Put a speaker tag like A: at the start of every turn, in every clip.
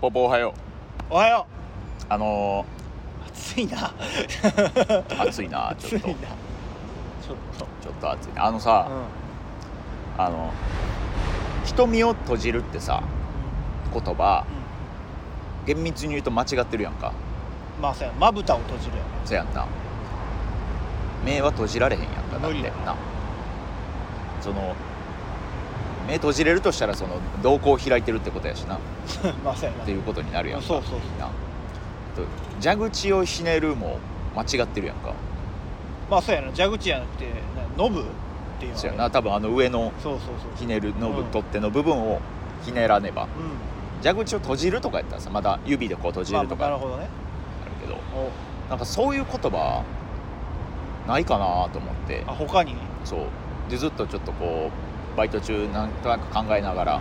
A: ポポおはよ
B: おはよ
A: うあの
B: う暑いな
A: ー、暑いなち
B: 暑
A: ょっとち
B: いなちょっと
A: ょっと暑いなあのさ、あの瞳を閉じるってさ
B: う
A: 言葉
B: ん、
A: 厳密に言うと間違ってるやんか
B: うん、まあそうやまぶたを閉じるやな
A: そやんな目は閉じられへんやんかだって
B: 無理や
A: なその目閉じれるとしたらその瞳孔を開いてるってことやしなっ
B: まあそうやな
A: ていうことになるやんか
B: そうそうそう
A: なと蛇口をひねるも間違ってるやんか
B: まあそうやな蛇口やなくてなノブっていうのはね
A: そうやな多分あの上の
B: そうそうそう
A: ひねるのぶ
B: うん
A: 取っ手の部分をひねらねば
B: うん
A: 蛇口を閉じるとかやったらさまだ指でこう閉じ
B: まあ
A: ると
B: なる
A: か
B: ほどね
A: あるけど
B: お
A: なんかそういう言葉ないかなと思って
B: あ他に
A: そうでずっとちょっとこうバイト中なんとなく考えながら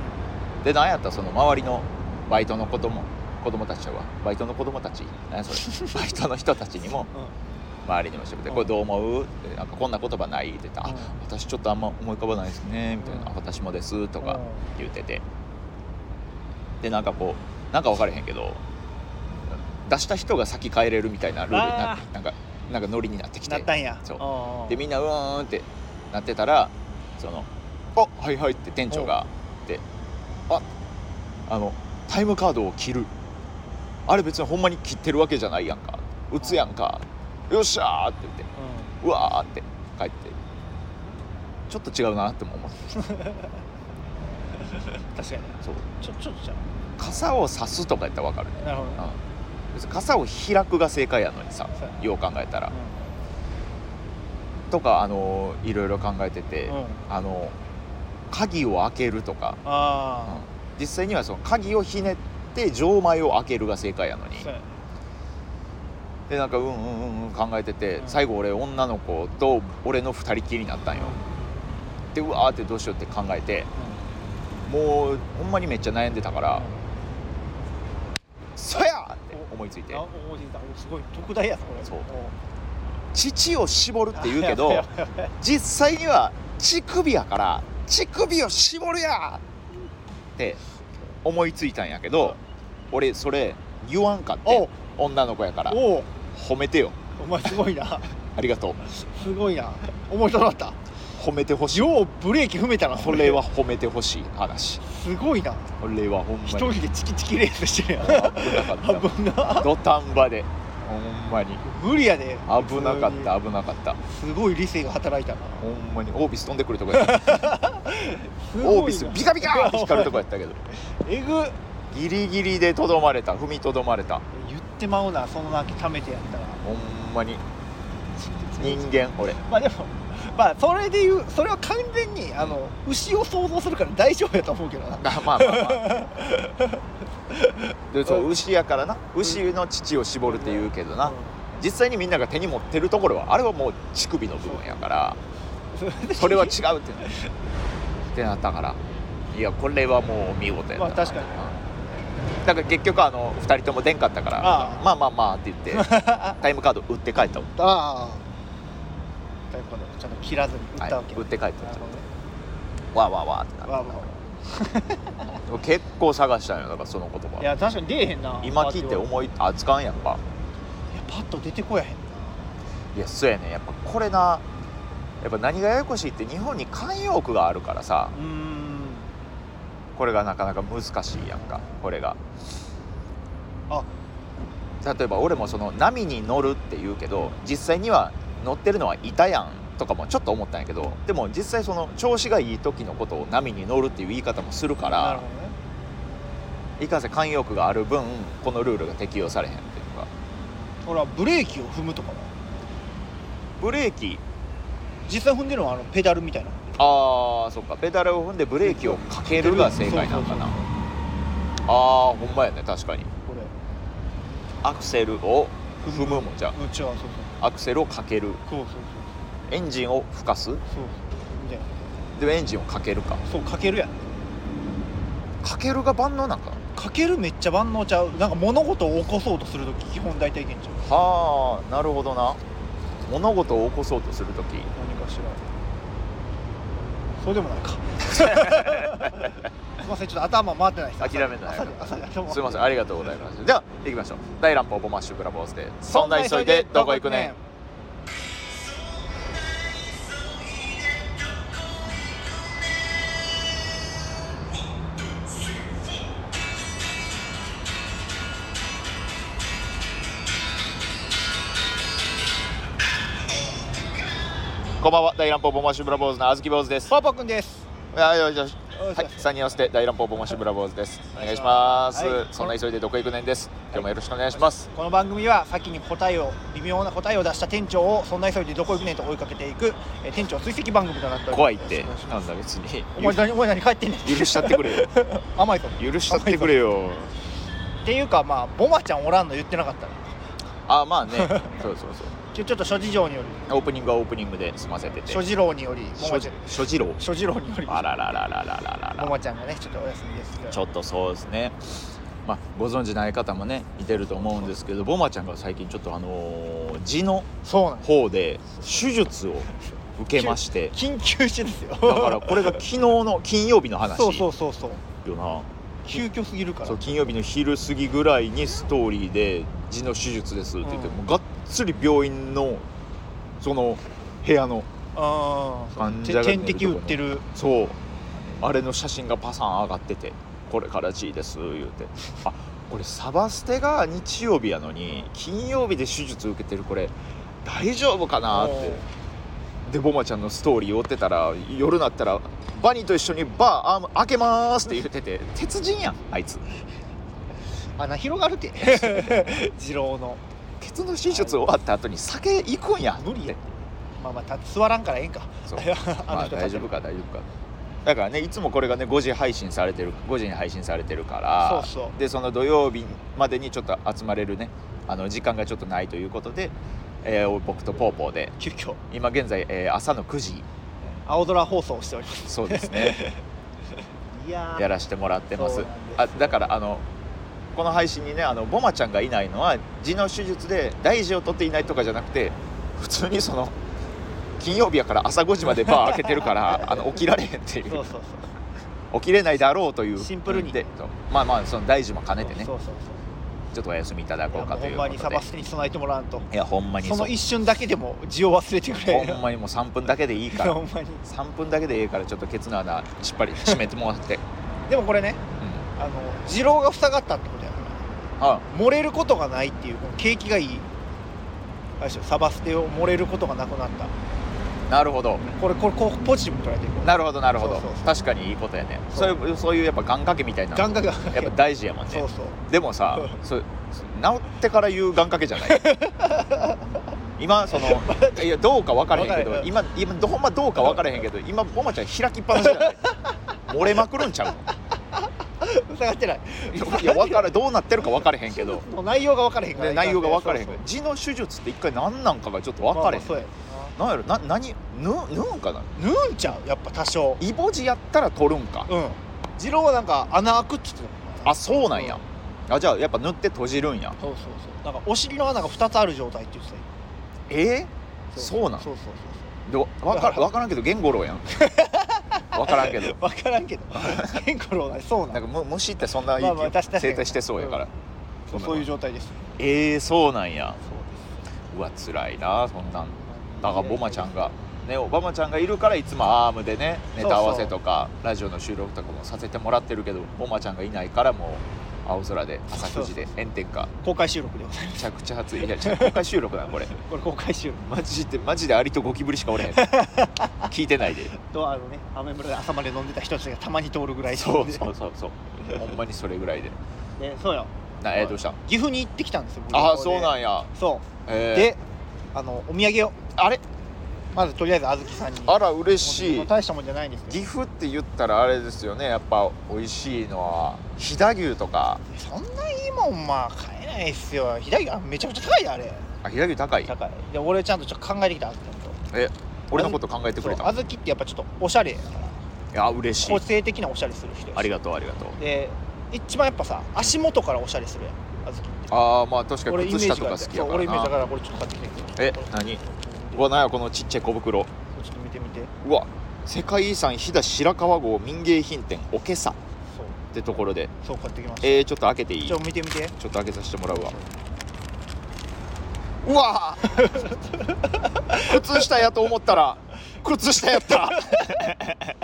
A: でなんやったらその周りのバイトの子供子供たちはバイトの子供たち何やそれバイトの人たちにも
B: う
A: 周りにもしてて「これどう思う?」って「なんかこんな言葉ない?」って言って「あ
B: うん
A: 私ちょっとあんま思い浮かばないですね」みたいな
B: う
A: あ「
B: ん
A: 私もです」とか
B: うん
A: 言っててでなんかこうなんか分からへんけど出した人が先帰れるみたいなルールになってなんかなんかノリになってき
B: ん
A: て
B: なったんや
A: そう
B: おうおう
A: でみんなうーんってなってたらその「あはいはい」って店長がで「ああのタイムカードを切る」「あれ別にほんまに切ってるわけじゃないやんか打つやんかよっしゃー」って言って「うわ」ーって帰ってちょっと違うなっても思って
B: うん確かに
A: そう
B: ちょちょっとじゃ
A: 傘を差すとかやったらわかるね
B: あなるほど
A: う
B: ね
A: ん別に傘を開くが正解やのにさ
B: そうや
A: よう考えたら
B: う
A: とかあのいろいろ考えてて、
B: んうん
A: あの鍵を開けるとか
B: あ
A: 実際にはその鍵をひねって錠前を開けるが正解やの
B: あ
A: に
B: そうや
A: でなんかうんうんうんうん考えてて、
B: うん
A: 最後俺女の子と俺の2人きりになったんよでうわーってどうしようって考えてもうほんまにめっちゃ悩んでたから「そや!」って思いついて
B: あおおじいさんおすごい特大やなこれ
A: そう
B: お
A: 「乳を絞る」って言うけ
B: や
A: ど
B: ばいやばいや
A: 実際には乳首やから乳首を絞るやって思いついたんやけど俺それ言わんかっ
B: ばい
A: て女の子やから
B: おおお
A: 褒めてよ
B: お前すごいな
A: ありがとう
B: すごいな思いとどまった
A: 褒めてほしい
B: ようブレーキ踏めたな
A: これは褒めてほしい話
B: すごいな
A: これはほんまに
B: 一人でチキチキレースしてるやん
A: 危なかっ
B: 危な
A: た土壇場でほんまに
B: 無理やで
A: 危なかった危なかった
B: すごい理性が働いたな
A: ほんまにオービス飛んでくるとこやった
B: すごいな
A: オービスビカビカって光るとこやったけど
B: えぐ
A: ギリギリでとどまれた踏みとどまれた
B: 言ってまうなその泣きためてやったら
A: ほんまに人間俺
B: まあでもまあそれで言うそれは完全にあの牛を想像するから大丈夫やと思うけどな
A: あまあまあまあでそう牛やからな牛の乳を絞るって言うけどな実際にみんなが手に持ってるところはあれはもう乳首の部分やから
B: うん
A: それは違うってなってなったからいやこれはもう見事やったな
B: まあ確かに
A: うんだから結局あの2人とも出んかったから
B: ああ
A: まあまあまあって言って タイムカード売って帰ったもん
B: ああということでちゃんと切らずに打ったわけ、
A: はい売って帰った
B: なるほどね
A: わあわあわあってなって
B: わあわあわ
A: でも結構探したんよだからその言
B: あ
A: 葉
B: いや確かに出えへんな
A: 今聞いて
B: い
A: 思いあつかんやっぱ
B: やパッと出てこやへん
A: いやそうやねやっぱこれなやっぱ何がややこしいって日本に慣用句があるからさ
B: うーん
A: これがなかなか難しいやんかこれが
B: あ
A: 例えば俺もその波に乗るって言うけど実際には乗ってるのはいたやんとかもちょっと思ったんやけどでも実際その調子がいい時のことを波に乗るっていう言い方もするか
B: なる
A: ら
B: ほどね
A: いかんせん慣用句がある分このルールが適用されへんっていうか
B: ほらブレーキを踏むとかは
A: ブレーキ
B: 実際踏んでるのはあのペダルみたいな
A: あーそっかペダルを踏んでブレーキをかけるが正解なんかなあーほんまやね確かに
B: これ
A: アクセルを踏むもじゃ
B: うん違うそうそう
A: あアクセルをかける
B: そうそうそう
A: エンジンを吹かす
B: そうみたいな
A: でエンジンをかけるか
B: そうかけるやん
A: かけるが万能なんかな
B: かけるめっちゃ万能ちゃうなんか物事を起こそうとするとき基本大体いけんちゃう
A: はあなるほどな物事を起こそうとするとき
B: 何かしらそうでもないかいませんちょっと頭回ってないです
A: 諦めない
B: 朝で朝で朝です
A: みませんありがとうございますでは行きましょう大乱暴ボマッシュブラボーズでそんな急いでどこ行くねんこんばんは大乱暴ボマッシュブラボーズのあずき坊主です
B: パパくんです
A: あよしよし
B: よし
A: はい、三人合わせて大乱暴ボマッシュブラボーズです。お
B: お
A: 願
B: 願
A: い
B: い
A: し
B: し
A: ま。
B: ますす
A: そんな急いでどこ行くねんです。今日もよろしくお願いします。
B: この番組は先に答えを微妙な答えを出した店長をそんな急いでどこ行くねんと追いかけていく、えー店長追跡番組となっております
A: 怖いって
B: よろしくお、願
A: ない
B: し
A: んだ別に。
B: ますお前何お前何帰ってんねん
A: 許しちゃってくれ よ。
B: 甘いぞ
A: 許しちゃってくれよ。
B: っていうかまあボマちゃんおらんの言ってなかったな
A: あ、まあね。そうそうそ
B: ちょちょっと諸事情により
A: う。オープニングはオープニングで済ませてて。
B: 諸事郎によりボマちゃん
A: 諸次郎。
B: 諸事郎により
A: あららららららら
B: ボ
A: ら。
B: マちゃんがねちょっとお休みですが
A: ちょっとそうですね。まあ、ご存知ない方もね、いてると思うんですけど、ボマちゃんが最近ちょっとあのー、痔の
B: そうなんです
A: 方で手術を受けまして。
B: 緊急手術よ
A: だからこれが昨日の金曜日の話
B: そうそうそうそう
A: よな
B: 急遽すぎるから
A: そう金曜日の昼過ぎぐらいにストーリーで「痔の手術です」って言って、
B: うん
A: もうがっつり病院のその部屋の
B: ああ
A: 患者が寝るとこ
B: 点滴打ってる
A: そうあれの写真がパサン上がってて「これから G です」言うて「あこれサバステが日曜日やのに金曜日で手術受けてるこれ大丈夫かな」ってでボマちゃんのストーリー追ってたら夜なったら「バニーと一緒にバーアーム開けまーす」って言ってて鉄人やんあいつ。
B: 穴広がるて 二郎の
A: ケツの手術終わった後に酒行くんや
B: 無理やまあまあた座らんからええんか
A: そうま
B: あ
A: あ
B: の人
A: 大丈夫か大丈夫かだからねいつもこれがね5時配信されてる5時に配信されてるから
B: そうそう
A: でその土曜日までにちょっと集まれるねあの時間がちょっとないということで、えー僕とポーポーで
B: 急遽
A: 今現在、えー朝の9時
B: 青空放送をしております
A: そうです ね
B: いやー
A: やらしてもらってます
B: そうなんですよ
A: あだからあのこの配信にねあのボマちゃんがいないのは痔の手術で大事を取っていないとかじゃなくて普通にその金曜日やから朝5時までバー開けてるから あの起きられへんってい
B: そううそうそう
A: 起きれないだろうという
B: シンプルに
A: でそうまあまあその大事も兼ねてね
B: そうそう
A: ちょっとお休みいただ
B: そうい
A: こう
B: やも
A: か
B: う
A: と
B: ほ
A: い
B: ん
A: う
B: ま
A: こ
B: にサ
A: と
B: バ
A: で
B: ステに備えてもらわんと
A: いやほんまにそ
B: そうの一瞬だけでも字を忘れてくれ
A: ほんまにもう3分だけでいいから
B: ほんまに
A: 3分だけでええからちょっとケツの穴しっぱり閉めてもらって、うん、
B: でもこれねあの二郎が塞がったってことやから
A: あ
B: 漏れることがないっていうこの景気がいいあれでしょサバステを漏れることがなくなった
A: なるほど
B: これこれこうポジティブに捉えていこう
A: なるほどなるほど
B: そうそうそう
A: 確かにいいことやねそ
B: そうう
A: いうそういうやっぱ願掛けみたいなの
B: 願掛け
A: やっぱ大事やもん
B: そ
A: ね
B: うそう
A: でもさそそ治ってから言う願掛けじゃない 今そのいやどうか分からへんけ
B: 分から
A: ど
B: へん
A: 今今どほんまどうか分からへんけど今ボマちゃん開きっぱなしじゃない漏れまくるんち ゃう
B: 塞がってない
A: のいや分からどうなってるか分からへんけど
B: もう内容が分からへんから
A: で内容が分からへんけ
B: そう
A: ど
B: そ
A: 痔
B: う
A: の手術って一回何なんかがちょっと分かれへん、
B: まあまあそうや
A: なんやろな何ぬぬんかな
B: な縫うんちゃうやっぱ多少
A: イボ痔やったら取るんか
B: うん二郎はなんか穴開くっつってた
A: あそうなんや、あじゃあやっぱ塗って閉じるんや
B: そうそうそうなんかお尻の穴が2つある状態って言ってたよ
A: えそうなん
B: そうそうそ
A: ー、でわわからわからんけどゲンゴロウやん わからんけど
B: う分からんけどケンコロはそう
A: な
B: なんん
A: かむ虫ってそんな
B: まあまあ確かに
A: 生態してそうやから、
B: そ
A: そん
B: う
A: な
B: そういう状態です
A: えー、そうなんや
B: そう
A: うわ辛いなそんなん
B: です
A: だからボマちゃんがねボマちゃんがいるからいつもアームでねネタ合わせとかラジオの収録とかもさせてもらってるけどボマちゃんがいないからもう青空で朝9時で炎天下
B: 公開収録でございま
A: めちゃくちゃ暑いいや公開収録だ これ
B: すこれ公開収録
A: マジでマジでアリとゴキブリしかおれ へん聞いてないで
B: とあのね雨村で朝まで飲んでた人たちがたまに通るぐらいで
A: そうそうそうそうほんまにそれぐらいで
B: でそうよ
A: なえーどうした
B: 岐阜に行ってきたんですよ
A: ああそうなんんや
B: そう
A: えー
B: であのお土産を
A: あれ
B: まずとりあえずあずきさんに
A: あら嬉し
B: もう
A: い
B: 大したもんじゃないんですけ
A: 岐
B: ど
A: 阜って言ったらあれですよねやっぱ美味しいのは飛騨牛とか
B: そんないいもんまあ買えないっすよ左がめちゃくちゃ高いよあれ
A: あ飛騨牛高い
B: 高いで俺ちゃんとちょっと考えてきたあずきさんと
A: え俺のこと考えてくれ
B: そう
A: た
B: あずきってやっぱちょっとおしゃれやから
A: いや嬉しい
B: 個性的なおしゃれする人やし
A: ありがとうありがとう
B: で一番やっぱさ足元からおしゃれするやんあずきって
A: ああまあ確か
B: 俺
A: に
B: イメー
A: 靴
B: ジ
A: 下と
B: が
A: か
B: あっ
A: 好
B: て
A: きや
B: そう
A: か
B: 俺
A: ら
B: イメージだか
A: な
B: らこれちょっと買ってきて
A: え何うわなんやこのちっちゃい小袋
B: ちょっと見てみて
A: うわ世界遺産飛騨白川郷民芸品店おけさ
B: そう
A: ってところで
B: そう買ってきました
A: えー、ちょっと開けていい
B: ち
A: ちょ
B: ょ
A: っ
B: 見て見て
A: と開けさせてもらうわうわ ー靴下やと思ったら靴下やった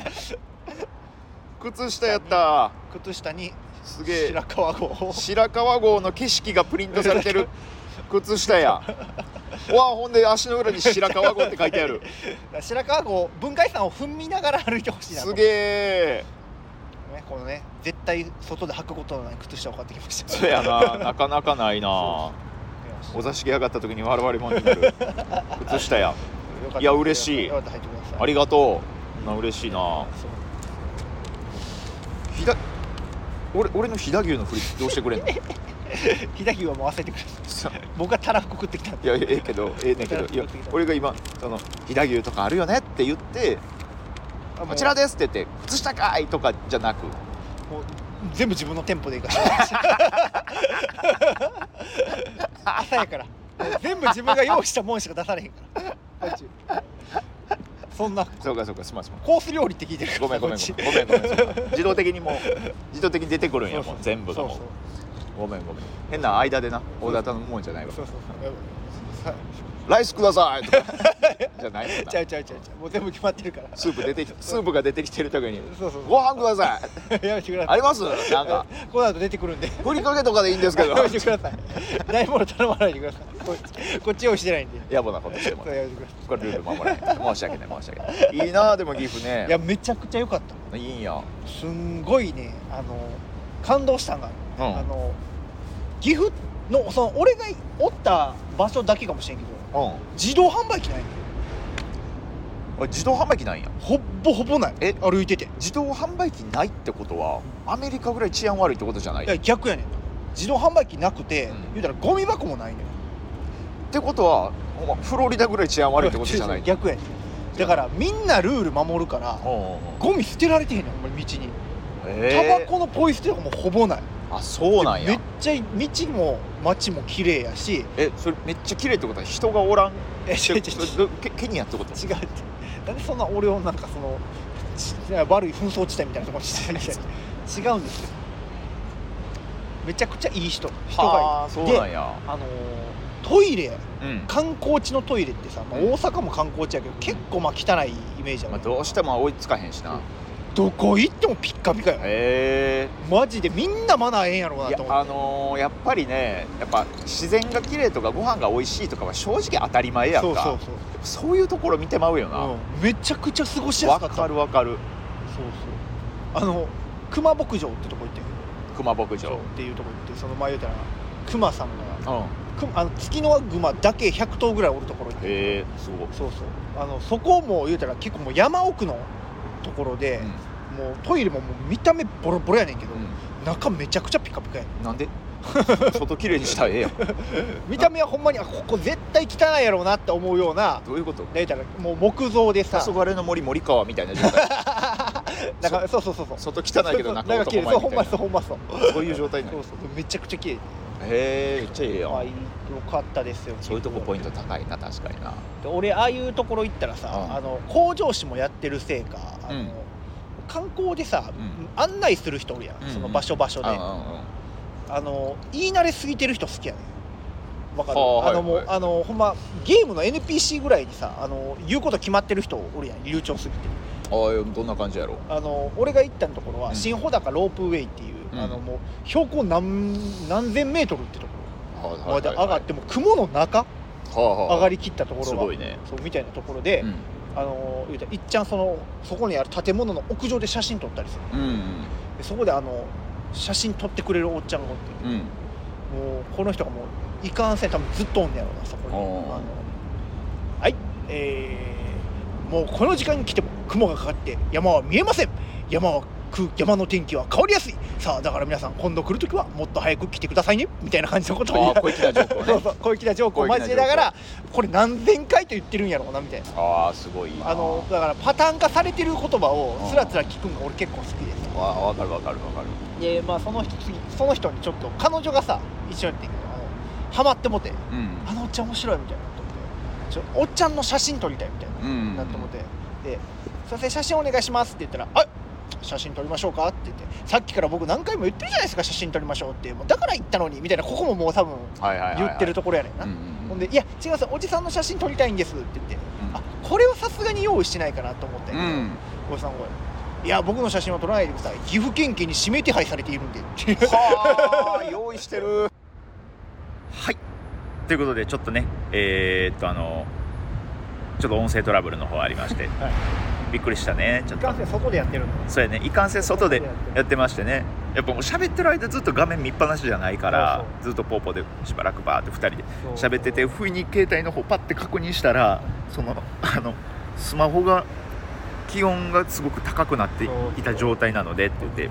A: 靴下やった
B: 靴下に
A: すげえ
B: 白川郷を
A: 白川郷の景色がプリントされて る靴下やうわほんで足の裏に白川郷って書いて ある
B: 白川郷文化遺産を踏みながら歩いてほしいなと
A: すげえ
B: ねこのね絶対外で履くことのない靴下を買ってきました
A: そうやななかなかないなお座敷上がった時に笑われ者になる靴下やいや嬉しい
B: よかったら履いてください
A: ありがとうな嬉しいな
B: そう
A: ひだ俺俺の飛騨牛の振りどうしてく れんのい
B: 飛騨牛はもう忘れてください僕がたらふく食ってきたんで
A: やええけどええねんけどいや俺が今その飛騨牛とかあるよねって言って
B: あもう
A: こちらですって言って靴下かいとかじゃなく
B: もう全部自分の店舗で行か せて朝やから全部自分が用意したもんしか出されへんからこっちそんな
A: そうかそうかすまんすまん
B: コース料理って聞いてるから
A: ごめんごめん
B: こっち
A: ごめんごめんごめんそうか自動的にもう自動的に出てくるんや
B: そ
A: も
B: う
A: う
B: そう
A: 全部がもう
B: そう
A: ごめんごめん変な間でなオーダー頼むもんじゃないわ
B: そうそうそうそう
A: ライスくださいと かじゃないもんな
B: ちゃうちゃうちゃうちゃうもう全部決まってるから
A: スープ出てきスープが出てきてる時に
B: そうそう
A: ご飯ください
B: そう やめてくださ
A: あ
B: い
A: りますなんか
B: この後出てくるんで
A: ふりかけとかでいいんですけど
B: やめてくださいないもの頼まないでくださいこっちこっち用意してないんで
A: 野暮なことしても
B: そうやめてくださ
A: これルール守らない申し訳ない申し訳ないいいなあでも岐阜
B: いい
A: ね
B: やめちゃくちゃ良かった
A: いいんや
B: すんごいねあの感動したんが、
A: うん
B: あの岐阜のその俺がおった場所だけかもしれんけど
A: う
B: 自動販売機ないね
A: んあ自動販売機なんや
B: ほっぼほぼない
A: え
B: 歩いててい
A: 自動販売機ないってことはアメリカぐらい治安悪いってことじゃない
B: や
A: っ
B: 逆やねん自動販売機なくて、
A: うん
B: 言うたらゴミ箱もないねん
A: てことはほんまフロリダぐらい治安悪いってことじゃない
B: 違う違う逆やねんだからみんなルール守るから
A: うんうんうん
B: ゴミ捨てられてへんねんほんまに道にタ
A: え
B: バコのポイ捨てとかもほぼない
A: ー、あそうなん
B: めっ
A: や
B: ちゃ道も街も綺麗やし
A: えそれめっちゃ綺麗ってことは人がおらん
B: え
A: ち
B: 違う
A: ょ
B: 違う違
A: ち
B: う
A: ょケケニアってこと
B: 違うってなんでそんな俺をなんかそのち悪い紛争地帯みたいなところにしてるみたいな違うんですよめちゃくちゃいい人人が
A: あー
B: い
A: そ
B: いう
A: なん
B: で
A: や
B: あのートイレ
A: うん
B: 観光地のトイレってさ、まあ、
A: うん
B: 大阪も観光地やけど結構まあ汚いイメージあ
A: まあ、
B: る、
A: どうしても追いつかへんしな
B: うんどこ行ってもピッカピカよ
A: へえ
B: マジでみんなマナーええんやろう
A: い
B: な
A: や
B: と思
A: あ
B: って
A: のーやっぱりねやっぱ自然が綺麗とかご飯が美味しいとかは正直当たり前やんか
B: そ
A: そうう
B: そう
A: いうところ見てまうよな
B: そう、うん、めちゃくちゃ過ごしや
A: わ、
B: すかった
A: かるわかる
B: そうそうあの熊牧場ってとこ行って
A: 熊牧場
B: っていうとこ行ってその前言うたら熊さんが
A: うん
B: くあの月のグマだけ100頭ぐらいおるところに
A: へえすごい、
B: そうそうあのそこも言うたら結構もう山奥のところで、もうトイレももう見た目ボロボロやねんけど、
A: う
B: 中めちゃくちゃピカピカやね
A: ん、なんで 外綺麗にしたらええやん
B: ん見た目はほんまにあここ絶対汚いやろうなって思うような
A: どういうこと
B: 言うたらもう木造でさ
A: 黄昏の森森川みたいな状 態
B: なんかそうそうそうそう
A: 外汚いけど
B: そうそう
A: 中
B: なんか
A: 男
B: 綺麗そう
A: 前み
B: ほん
A: た
B: ま
A: い
B: そうほんまそう
A: なそういう状態にな
B: そ
A: る
B: うそうめちゃくちゃ綺麗
A: へえめっちゃええやん、
B: まあいいよかったですよ
A: そういうとこポイント高いな確かにな
B: で俺ああいうところ行ったらさ、
A: うん
B: あの工場士もやってるせいかあの、
A: うん
B: 観光でさ、
A: うん
B: 案内する人おるやん、
A: うんうん
B: その場所場所で、あ
A: うんうんうん
B: の言い慣れすぎてる人好きやねんわかる
A: はあ
B: あのもう、
A: はいは
B: あのほんまゲームの NPC ぐらいにさあの言うこと決まってる人おるやん流暢すぎて
A: ああどんな感じやろう
B: あの俺が行ったところは、
A: うん
B: 新穂高ロープウェイっていう、
A: うん
B: あのもう標高何何千メートルってとこ
A: はい
B: ろまで
A: はい
B: 上
A: はい
B: がってもう雲の中
A: はあ
B: 上が
A: り
B: りきったところが
A: すごいね
B: そうみたいなところで、
A: うん
B: あの言うたらいっちゃんそのそこにある建物の屋上で写真撮ったりする
A: うん
B: でそこであの写真撮ってくれるおっちゃんがおって
A: う んうん
B: もうこの人がもういかんせん多分ずっとおんねやろうなそこにあ
A: おー
B: のはいえー、もうこの時間に来ても雲がかかって山は見えません山は空山の天気は変わりやすいさあだから皆さん今度来るときはもっと早く来てくださいねみたいな感じのことを言い
A: ああ小粋な情報
B: そう
A: ね
B: そう小粋なジョークを交えながらこれ何千回と言ってるんやろうなみたいな
A: ああすごいな
B: あのだからパターン化されてる言葉をつらつら聞くのが俺結構好きで
A: ああわかるわかるわかる
B: すでまあその人次その人にちょっと彼女がさ一緒にやってんけどあのハマってもて
A: うん
B: あのおっちゃん面白いみたいなと思ってちょおっちゃんの写真撮りたいみたいな、
A: うん
B: なって思ってで「すいません写真お願いします」って言ったら「あ写真撮りましょうかって言ってさっきから僕何回も言ってるじゃないですか写真撮りましょうってもうだから言ったのにみたいなここももう多分
A: はいはいはい、
B: 言ってる
A: と、
B: ところやねんな、
A: うんう
B: ほ
A: んん
B: で「いや違いますおじさんの写真撮りたいんです」って言って
A: うん
B: あこれはさすがに用意してないかなと思って、
A: うんうん、
B: おじさん声いや僕の写真は撮らないでください岐阜県警に指名手配されているんで
A: はあ用意してるはいということでちょっとねえー、っとあのちょっと音声トラブルの方ありまして、びっくりしたねちょっと
B: んせん外でやってるんで
A: そうやねいかんせん外でやってましてねやっぱもう喋ってる間ずっと画面見っぱなしじゃないからずっとポーポーでしばらくバーって2人で喋ってて不意に携帯の方パッて確認したらそのあのスマホが気温がすごく高くなっていた状態なのでって言って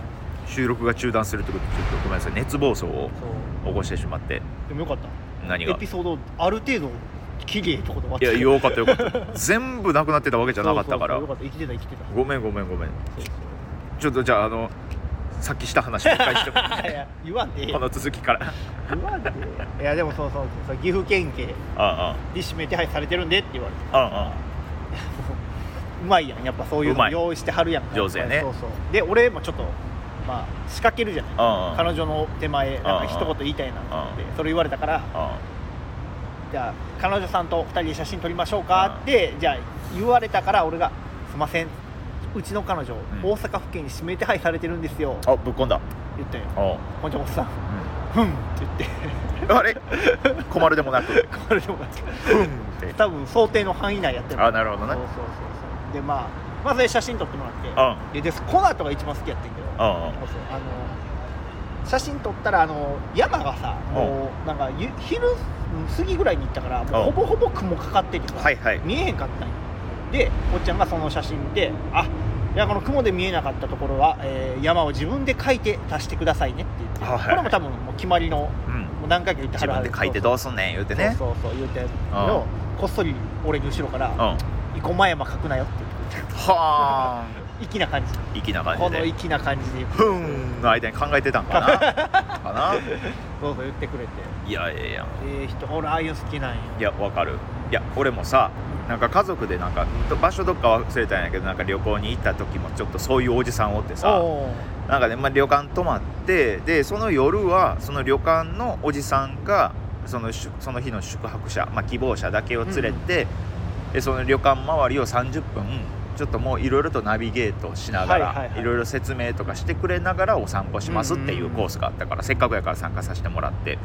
A: 収録が中断するってことでちょっとごめんなさい熱暴走を起こしてしまって
B: でもよかった
A: 何
B: エ
A: が
B: ピソードある程度綺麗ってことがあっ
A: い
B: た
A: やよかったよかった全部なくなってたわけじゃなかったから
B: そうそうそうよかった生きてた生きてた
A: ごめんごめんごめん
B: そうそ
A: ちょっとじゃああのさっきした話もう一回して も
B: ういや言わんでええ
A: この続きから
B: 言わんでええいやでもそうそうそう岐阜県警に
A: あ
B: 指名手配されてるんでって言われて
A: ああああ
B: うまいやんやっぱそういう
A: う
B: の
A: まい
B: 用意してはるやん
A: 上手やね
B: そうそうで俺もちょっとまあ仕掛けるじゃない
A: あああ
B: 彼女の手前なんか一言言いたいなと思ってそれ言われたから
A: あ
B: じゃあ彼女さんと2人で写真撮りましょうかってじゃあ言われたから俺が「すいませんうちの彼女、
A: ん
B: 大阪府警に指名手配されてるんですよ」
A: あぶっこんだ
B: 言ったんよ
A: あ
B: ほんじゃおっさん
A: あ
B: 「ふん」って言って
A: うんあれ 困るでもなく
B: これでもなんか
A: ふんって
B: 多分想定の範囲内やってる
A: あなるほどね
B: そうそうそうそうでまあまず、それ写真撮ってもらって
A: あ
B: ででコナートが一番好きやってんけど
A: ああ
B: そうそうあの写真撮ったらあの山がさもうなんかゆ昼過ぎぐらいに行ったからもう
A: うん
B: ほぼほぼ雲かかっててさ、
A: はいはい
B: 見えへんかったんよでおっちゃんがその写真見て「あいやこの雲で見えなかったところは、えー山を自分で描いて足してくださいね」って言って、
A: はいはい
B: これも多分もう決まりのも
A: うん
B: う何回か言って
A: 自
B: はる
A: 分で書いてどうすんねん言うてね
B: そうそうそう言うてんのこっそり俺の後ろから
A: うんは
B: 「生駒山描くなよ」って言って
A: あ
B: 粋な感じ
A: 粋な感
B: こ
A: じ
B: の
A: で
B: 粋な感じで
A: ふんの間に考えてたんかなかな
B: そうそう言ってくれて
A: いやいやいや
B: ええ人俺ああいうの好きなんよ
A: いやわかるいや俺もさなんか家族でなんかど場所どっか忘れたんやけどなんか旅行に行った時もちょっとそういうおじさんおってさ
B: おう
A: なんかね、まあ、旅館泊まってでその夜はその旅館のおじさんがその宿その日の宿泊者、まあ、希望者だけを連れて、でその旅館周りを30分ちょっともういろいろとナビゲートしなが
B: はいはい
A: ら
B: はい
A: いろいろ説明とかしてくれながらお散歩しますっていうコースがあったからせっかくやから参加させてもらって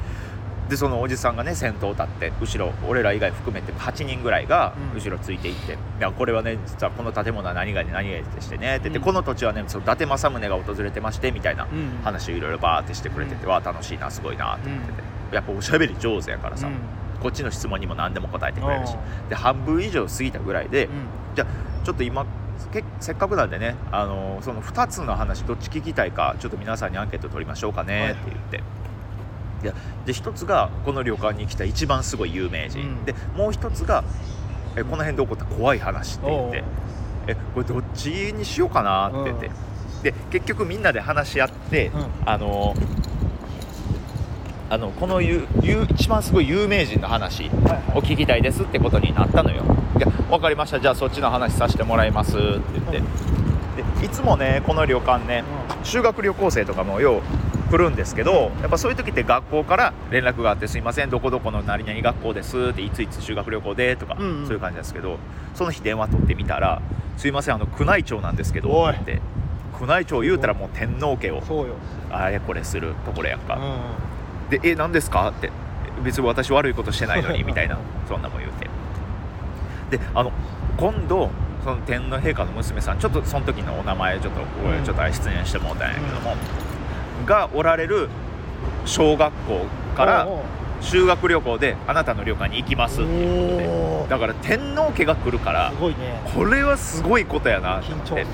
A: でそのおじさんがね先頭立って後ろ俺ら以外含めて8人ぐらいが
B: うん
A: 後ろついていって「いやこれはね実はこの建物は何々で何々でしてね」って言って、
B: うん
A: この土地はねその伊達政宗が訪れてましてみたいな
B: うん
A: 話をいろいろバーってしてくれてて、
B: うん
A: わあ楽しいなすごいなって思ってて、やっぱおしゃべり上手やからさ、
B: うん
A: こっちの質問にも何でも答えてくれるし
B: おう
A: で半分以上過ぎたぐらいで、ちょっと今けせっかくなんでね、あのーその2つの話どっち聞きたいかちょっと皆さんにアンケート取りましょうかねって言って。でで1つがこの旅館に来た一番すごい有名人、
B: うん
A: でもう1つがえこの辺で起こった怖い話って言ってえこれどっちにしようかなって言って、
B: うん
A: で結局みんなで話し合って、
B: うん
A: あのあのこのゆゆ一番すごい有名人の話
B: はいはい
A: を聞きたいですってことになったのよで「分かりましたじゃあそっちの話させてもらいます」って言って、でいつもねこの旅館ね修学旅行生とかもよう来るんですけどやっぱそういう時って学校から連絡があって「すいませんどこどこの何々学校です」って「いついつ修学旅行で」とか、
B: うんうん
A: そういう感じなんですけどその日電話取ってみたら「すいませんあの宮内庁なんですけど」
B: おい
A: って言って宮内庁言うたらもう天皇家を
B: そうよ
A: あれこれするところやんか、
B: う
A: で「え何ですか?」って「別に私悪いことしてないのに」みたいな そんなもん言うてであの今度その天皇陛下の娘さんちょっとその時のお名前ちょっとごめんちょっとあれ失念してもうたんやけども、がおられる小学校
B: ん
A: から
B: おう
A: 修学旅行であなたの旅館に行きますっていうことで
B: おう
A: だから天皇家が来るから
B: すごいね
A: これはすごいことやなと思
B: 緊張
A: っ
B: する
A: て
B: ね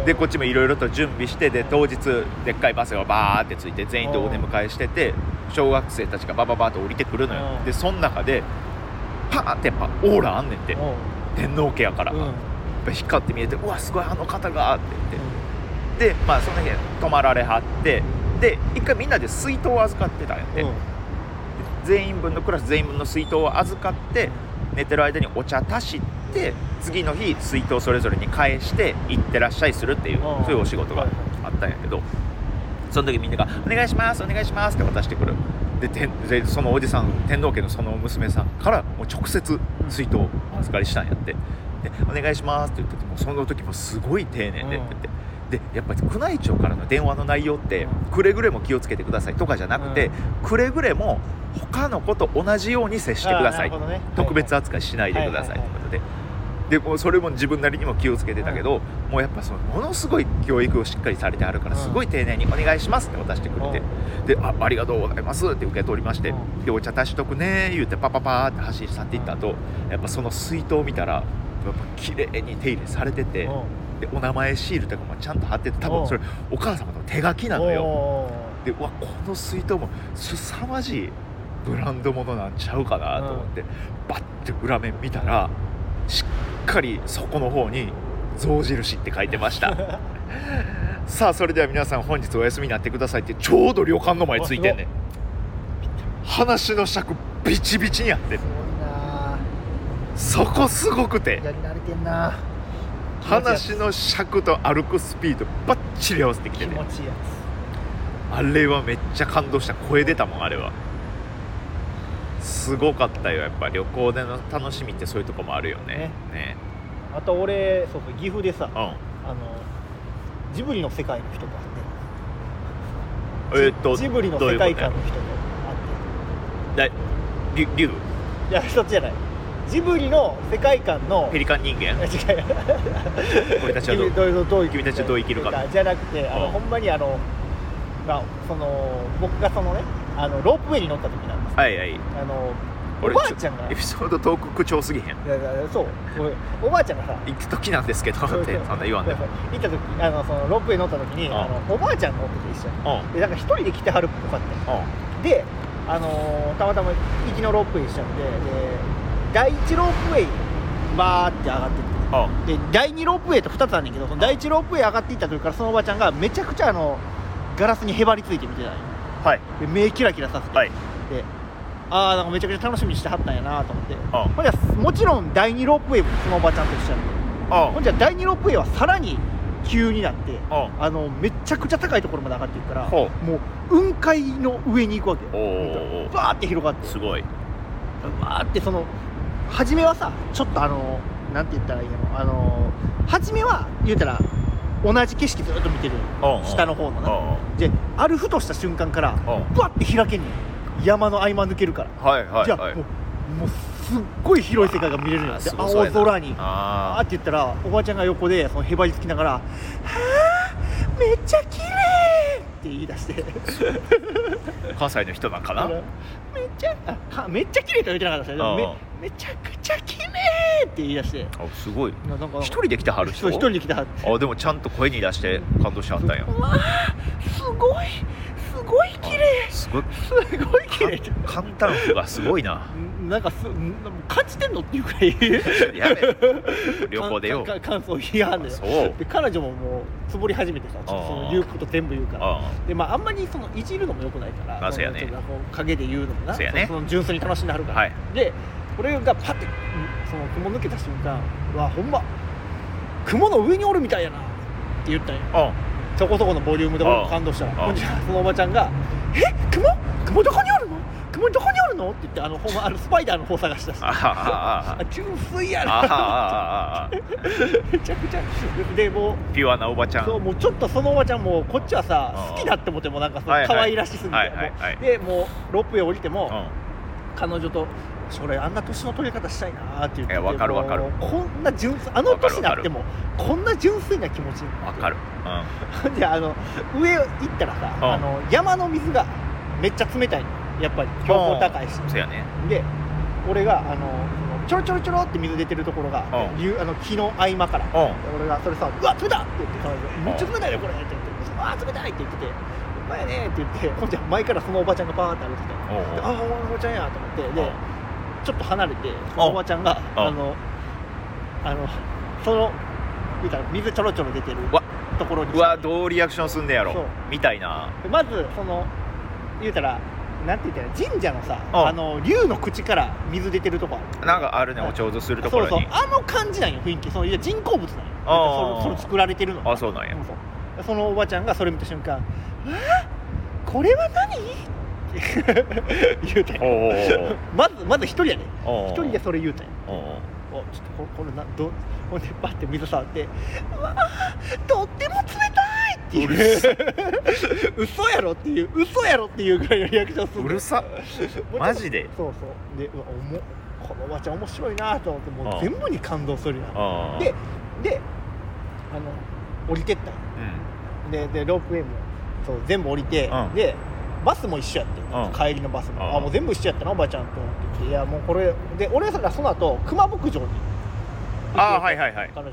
B: うん
A: でこっちもいろいろと準備してで当日でっかいバスがバーってついて全員でお出迎えしてて小学生たちがバババーって降りてくるの
B: う
A: よ
B: ん
A: でその中でパーってやっぱオーラあんねんって
B: おう
A: 天皇家やから
B: うん
A: やっぱ光って見えてうわすごいあの方がって言ってでまあその日泊まられはってで一回みんなで水筒を預かってたんやって
B: うん
A: 全員分のクラス全員分の水筒を預かって寝てる間にお茶足しって次の日水筒それぞれに返して行ってらっしゃいするっていう
B: あー
A: そういうお仕事があったんやけどその時みんなが「お願いしますお願いします」って渡してくるでてんでそのおじさん天皇家のその娘さんからもう直接水筒をお預かりしたんやってで「お願いします」って言っててもうその時もすごい丁寧でって言って。でやっぱり宮内庁からの電話の内容ってくれぐれも気をつけてくださいとかじゃなくて、くれぐれも他の子と同じように接してください特別扱いしないでくださいということで。でもうそれも自分なりにも気をつけてたけど、もうやっぱそのものすごい教育をしっかりされてあるから
B: うん
A: すごい丁寧に「お願いします」って渡してくれて「であありがとうございます」って受け取りまして
B: う
A: 「でお茶足しとくね」言うてパパパーって走り去っていった後やっぱその水筒を見たらやっぱ綺麗に手入れされててでお名前シールとかもちゃんと貼ってて多分それお母様の手書きなのよ。でうわこの水筒も凄まじいブランドものなんちゃうかなと思って、バッて裏面見たらしっかり底の方に「象印」って書いてました さあそれでは皆さん本日お休みになってくださいってちょうど旅館の前ついてんねん話の尺ビチビチにやってるそこすごくて
B: やり慣れてんな
A: 話の尺と歩くスピードバッチリ合わせてきて
B: 気
A: ね
B: 持ちいいや
A: あれはめっちゃ感動した声出たもんあれはすごかったよやっぱ旅行での楽しみってそういうとこもあるよねね
B: つあと俺そうそう岐阜でさ
A: う
B: あのジブリの世界の人と会
A: ん
B: って
A: えーっと
B: ジブリの
A: どういう
B: 世
A: こと
B: 界
A: や
B: 観の人と会
A: だリリュウ
B: っていやそっちじゃないジブリの世界観の
A: ペリカン人間
B: 違う
A: 俺たちはどう
B: 君どうどう
A: 君たちはどう生きるか
B: じゃなくてあの、
A: うん
B: ほんまにあの、まあ、その僕がそのねあのロープウェイに乗った時なんです
A: はいはい
B: あのお
A: 俺
B: ばあちゃんが
A: エピソードトーク口調すぎへん
B: いやいやそうおおばあちゃんがさ
A: 行った時なんですけど
B: そう
A: ってそんな言わんでも
B: そうそう行った時あのそのロープウェイ乗った時に、
A: うん
B: あのおばあちゃんがおってて一緒に
A: うんうん
B: でなんか一人で来てはるっぽかったよで、あのーたまたま行きのロープウェイしちゃってで第1ロープウェイバーって上がってって
A: うん
B: で第2ロープウェイと2つあるんだけどその第1ロープウェイ上がっていった時からそのおばちゃんがめちゃくちゃあのガラスにへばりついて見てたんよ
A: はい
B: で目キラキラさせて、
A: はい
B: でああなんかめちゃくちゃ楽しみにしてはったんやなと思って
A: うん
B: ほんじゃもちろん第2ロープウェイもそのおばちゃんと一緒やって
A: うん
B: ほんじゃ第2ロープウェイはさらに急になって
A: うん
B: あのめちゃくちゃ高いところまで上がっていくから
A: ほ
B: もう雲海の上に行くわけ
A: おー
B: バーって広がって
A: すごい
B: バーってその初めはさちょっとあのなんて言ったらいいのあの初めは言うたら同じ景色ずっと見てる
A: うんうん
B: 下の方
A: う
B: の
A: ん
B: なであるふとした瞬間から
A: うんうん
B: バーって開けんねん山の合間抜けるから、
A: はいはい
B: じゃ
A: は
B: あ
A: い
B: もうもうすっごい広い世界が見れるのよ
A: あー
B: です
A: ごそう
B: 青
A: やな
B: 空にあー
A: あ
B: って言ったらおばあちゃんが横でそのへばりつきながら「はあめっちゃ綺麗って言い出して
A: ー関西の人なんかな
B: あのめっちゃあかめっちゃ綺麗とは言ってなかったですねでも
A: うんうん
B: めめちゃくちゃ綺麗って言い出して
A: あすごい
B: ななんか
A: 一人で来てはる人
B: そう一人で来たは
A: あでもちゃんと声に出して感動しはったんや
B: うわあすごいすごい綺麗
A: すごい
B: すごい綺麗 って
A: 簡単譜がすごいな
B: なんかすんなんか感じてんのっていうくらい
A: やべ旅行でよ
B: かか感想を言いやがんだよ
A: そう
B: で彼女ももうつぼり始めてさちょっとその言うこと全部言うから
A: あ
B: でまああんまりそのいじるのもよくないから、
A: まあそうやね
B: そのちょっとこう影で言うのもな
A: そうやね
B: そのその純粋に楽しんではるから、
A: はい
B: で俺がパッてその雲抜けた瞬間うわほんま雲の上におるみたいやなって言ったんよ
A: あ
B: そこそこのボリュームで
A: ああ
B: 俺感動したら
A: ああ
B: ほんじゃそのおばちゃんが「え雲雲どこにおるの雲どこにおるの?」って言ってあのほんまあのスパイダーの方探し出し
A: あああ
B: た
A: あああああ
B: 純粋や
A: あ
B: な
A: あああ
B: めちゃくちゃでもう
A: ピュアなおばちゃん
B: そうもうちょっとそのおばちゃんもこっちは
A: あ
B: さ
A: ー
B: 好きだって思ってもなんかその
A: はいはい
B: 可愛らしすぎて、
A: はいはいはい
B: もうでもうロープウェイ降りても、
A: う
B: 彼女と「将来あんな年の取り方したいな」って言って
A: いやわかるわかる
B: もうこんな純粋あの年になってもこんな純粋な気持ちに
A: ん
B: な
A: わ
B: って
A: かる
B: ほ んであの上行ったらさ
A: あ
B: あの山の水がめっちゃ冷たいのやっぱり標高高いし
A: うんそうやね
B: で俺があのそのちょろちょろちょろって水出てるところが
A: あ
B: ゆあの木の合間から
A: うん
B: 俺がそれさ「うわ冷た!」って言って彼女「めっちゃ冷たいねこれ」って言って「うわ冷たい!」って言ってて「ほんまやね」って言ってほんじゃ前からそのおばちゃんがパーって歩いてきて
A: おう
B: であ
A: おう
B: あおばちゃんやと思って
A: うん
B: でちょっと離れてそのおばちゃんが
A: うん
B: あのあのその言うたら水ちょろちょろ出てる
A: わ
B: ところに
A: うわどうリアクションすんねや
B: そう
A: ろみたいな
B: まずその言うたらなんて言ったら神社のさ
A: うん
B: あの竜の口から水出てるとこある
A: なんかあるねお浄土するとこ
B: そう
A: ろ
B: そう
A: に
B: あの感じなんよ雰囲気そういや人工物なんよなん
A: あ
B: か
A: ー
B: それそれ作られてるの
A: あそうなんや
B: そうそうそのおばちゃんがそれ見た瞬間「えこれは何?」って言うたん
A: お
B: よ
A: お
B: まずまず一人やで
A: おお
B: 一人でそれ言うたんよ
A: おお
B: おちょっとここれなどうほんでバッて水触って「うわーとっても冷たい!」っていう嘘やろっていう嘘やろっていうぐらいのリアクションする
A: うるさマジで
B: そうそうでうわおもこのおばちゃん面白いなと思っても
A: あ
B: う
A: あ
B: 全部に感動するやん
A: あ
B: でであの降りてったんよ
A: うん
B: ででロープウェイもそう全部降りて、
A: うん
B: でバスも一緒やって、
A: ん
B: 帰りのバスも、
A: うん
B: あもう全部一緒やったなおばちゃんと思っていやもうこれで俺らがその後熊牧場に
A: あーはいはいはい
B: 彼女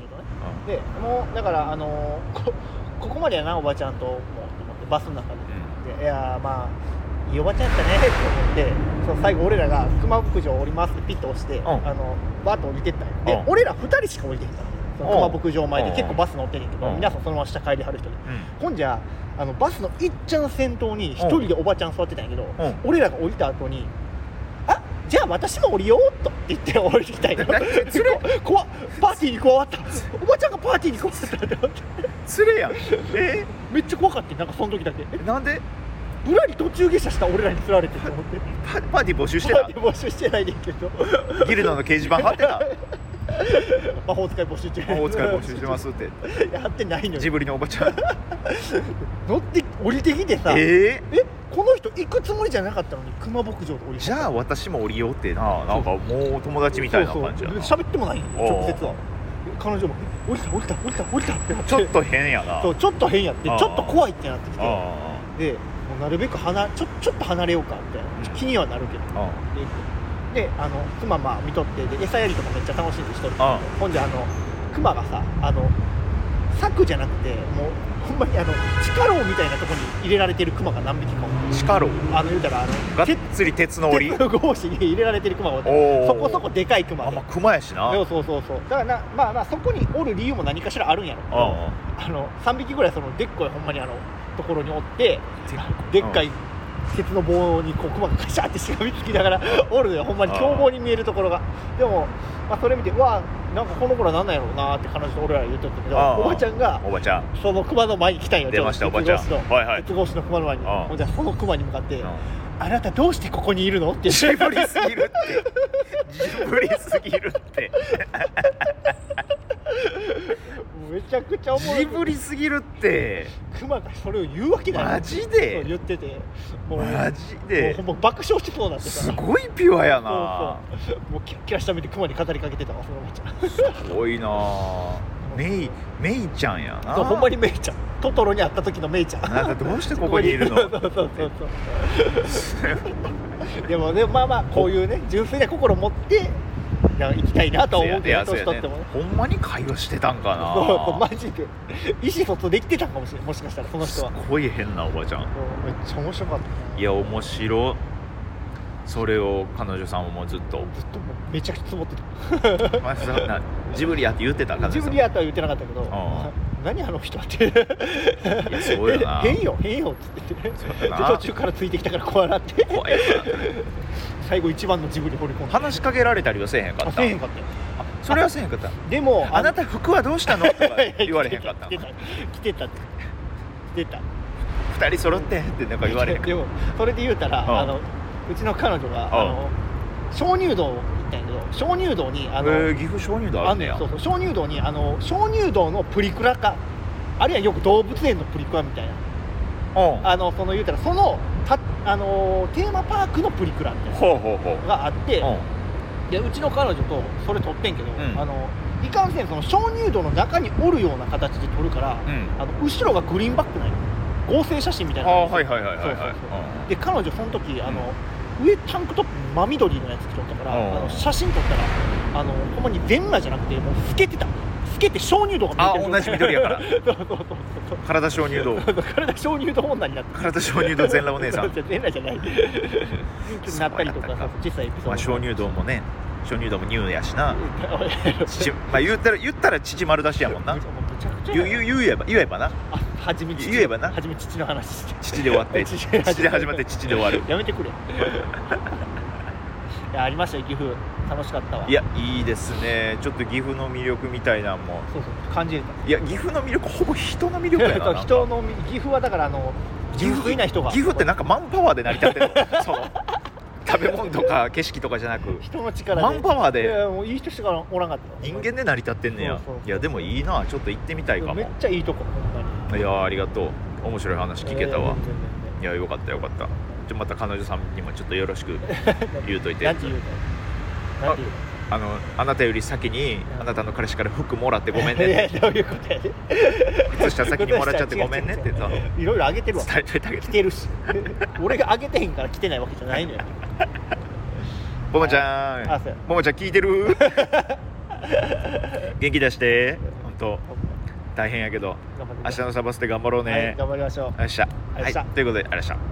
B: とねでもうだからあのーこここまでやなおばちゃんともうと思ってバスの中ででいやーまあいいおばちゃんやったねって思ってそう最後俺らが熊牧場降りますってピッと押して、
A: ん
B: あのバーッと降りてったんよで、
A: うん
B: 俺ら2人しか降りてへんからその
A: うん
B: 熊牧場前で
A: うん
B: 結構バス乗ってんねんけど、
A: うん
B: 皆さんそのまま下帰りはる人で
A: うん
B: ほんじゃあのバスのいっちゃん先頭に一人でおばちゃん座ってたんやけど、
A: うん
B: 俺らが降りた後に「あじゃあ私も降りよう」と言って降りてきたんやそれ 怖っパーティーに加わったおばちゃんがパーティーに加わったってなって
A: つれやんえ
B: めっちゃ怖かったなんかその時だけえ
A: ーなんで
B: ぶらり途中下車した俺らに釣られてと思って
A: パパーティー募集して
B: パー
A: た
B: ティー募集してないねんけど
A: ギルドの掲示板貼ってた
B: 魔法使い募集中
A: お使い募集してますって
B: やってないの
A: ジ
B: よ
A: ブリのおばちゃ ん
B: 乗って降りてきてさえ
A: ええ
B: この人行くつもりじゃなかったのに熊牧場で降りてき
A: じ
B: た
A: ゃあ私も降りようってななんかもう友達みたいな感じや
B: そう
A: な
B: そう喋ってもないよ
A: おう
B: 直接は彼女も「降りた降りた降りた降りた」ってなて
A: ちょっと変やな
B: そうちょっと変やってち
A: あ
B: ょ
A: あ
B: っと怖いってなってきて
A: あ
B: でもうなるべく離ちょちょっと離れようかみたいな
A: うん
B: 気にはなるけど
A: ああ
B: でであの熊まあ見とってで餌やりとかめっちゃ楽しんでしとる
A: あ
B: ほんであの熊がさあの柵じゃなくてもうほんまにあの地下牢みたいなとこに入れられてる熊が何匹かおって
A: あ地下牢
B: あの言うたらあの
A: がっ
B: 鉄
A: つり鉄の檻
B: 鉄の格子に入れられてる熊がおって
A: おー
B: そこそこでかい熊
A: あ
B: が
A: んま熊やしな
B: そうそうそうそうだからなまあまあそこにおる理由も何かしらあるんやろ
A: あ
B: あの3匹ぐらいそのでっこいほんまにあのところにおって
A: あ
B: でっかい鉄の棒にこう熊がカシャってしがみつきながら おるのよほんまに凶暴に見えるところがでも、まあ、それ見てうわなんかこの子らなんなんやろうなーって彼女と俺ら言っとったけど
A: ああ
B: おばちゃんが
A: おばちゃん
B: その熊の前に来たんよ
A: 出ましたおばちゃん
B: 鉄格子の
A: はいはい
B: 鉄格子の熊の前に
A: ああ
B: ほんじゃその熊に向かって
A: うん
B: 「あなたどうしてここにいるの?」って言って
A: ジブリすぎるってジブリすぎるって
B: めちゃくちゃおもろ
A: ジ
B: い
A: ブリすぎるって
B: 熊がそれを言うわけない
A: マジ
B: そう
A: で
B: 言っててもう
A: マジ
B: もう
A: で
B: ほんま爆笑してそうになってた
A: すごいピュアやな
B: そうそうもうキラッキラした目で熊に語りかけてたわそのおばちゃん
A: すごいなメイメイちゃんやな
B: そうほんまにメイちゃんトトロに会った時のメイちゃん
A: あなたどうしてここにいるの
B: そうそうそうそうでもねまあまあこういうね純粋な心を持ってなんか行きたいなとは思うけどね
A: そう
B: 年
A: や
B: 取っ
A: ね
B: てもね
A: ほんまに会話してたんかな
B: そうそうマジで意思疎通できてたんかもしれんもしかしたらその人は
A: すごい変なおばちゃん
B: そうめっちゃ面白かったない
A: や面白それを彼女さんももうずっと
B: ずっともうめちゃくちゃ積もってた
A: まあそんなジブリやって言ってた彼女さ
B: ジ
A: ん
B: ブリやとは言ってなかったけど
A: あ
B: 何あの人って
A: いやそうよな
B: 変よ変よっつっててで
A: そうやな
B: 途中からついてきたから怖なって
A: 怖いな
B: 最後一番のジブリ掘り込んで
A: 話しかけられたりはせえへんか
B: あ
A: っ
B: せ
A: た
B: えへんかったよ
A: あそれはせえへんかった
B: でも
A: あなた服はどうしたのとか言われへんかった
B: 来てた来てた来てた
A: 二人揃ってってなんか言われへんか
B: でもそれで言うたら
A: うん
B: あのうちの彼女があの鍾乳洞行ったんやけど鍾乳洞にあ
A: え
B: の
A: ー、岐阜鍾乳洞あ
B: あ
A: ん
B: ん
A: ね
B: ね
A: や
B: んそうそう鍾乳洞にあの鍾乳洞のプリクラかあるいはよく動物園のプリクラみたいな
A: うん
B: あのその言うたらそのたあのテーマパークのプリクラみたいな
A: ほうほうほう
B: のがあって、
A: うん
B: でうちの彼女とそれ撮ってんけど、
A: ん
B: あのいかんせんその鍾乳洞の中におるような形で撮るか
A: う
B: ら、
A: ん
B: あの後ろがグリーンバックない合成写真みたい
A: あ
B: な
A: ー
B: 感じ
A: はいはいはいはい
B: そう
A: はい
B: そうそうで彼女その時あの、上タンクトップ真緑のやつ着とったから、
A: うん
B: あの写真撮ったらあのほんまに全裸じゃなくてもう透けてた透けて鍾乳洞が
A: あ
B: 見えてる
A: 同じ緑やから
B: そうそうそうそう
A: 体鍾乳洞
B: 体鍾乳洞女になって
A: 体鍾乳洞全裸お姉 さん
B: 全裸じゃないなったりとか
A: そうやったか
B: さ小さいエピソード
A: まあ鍾乳洞もね鍾乳洞も乳やしな
B: め
A: 父まあ言ったら言ったら父丸出しやもんな
B: ちちゃくちゃ
A: 言う言う言う言えば言えばな
B: あはじめ父
A: 言えばな
B: はじめ父の話して
A: 父で終わって
B: 父
A: 父で
B: で始まる
A: 始まって父で終わる
B: やめ てくれいやありましたよ岐阜楽しかったわ
A: いやいいですねちょっと岐阜の魅力みたいなんも
B: そうそう感じれた
A: いや岐阜の魅力ほぼ人の魅力やな なんか
B: 人のみ岐阜はだからあの
A: 岐
B: 岐
A: 阜
B: 阜いない人が
A: 岐阜ってなんかマンパワーで成り立ってる のその食べ物とか景色とかじゃなく
B: 人の力で
A: マンパワー
B: いやい
A: で
B: やもういい人しかおらんかった
A: 人間で成り立ってんねや
B: そうそうそう
A: いやでもいいなちょっと行ってみたいかも
B: めっちゃいいとこほんまに
A: いやーありがとう面白い話聞けたわ
B: えー全然全
A: いやよかったよかったちょまた彼女さんにもちょっとよろ しく
B: 然
A: 言うといて
B: なんて言うのなんて言うの
A: あのあなたより先にあなたの彼氏から服もらってごめん
B: い
A: ね
B: や
A: って
B: どういうことやで
A: 靴下先にもらっちゃってごめんねってさ伝
B: いろいろあげてるわ
A: えといてあげ
B: 来
A: て
B: てるし 俺があげてへんから来てないわけじゃないのよ
A: ももちゃ
B: あそうや
A: んももちゃん聞いて る元気出して本当大変やけど
B: 頑張ってく
A: 明
B: だ
A: 日
B: さい
A: のサバスで頑張ろう
B: はい
A: ね、
B: 頑張りましょう
A: よっしゃ
B: よっしゃ
A: はい、ということでありがとうございました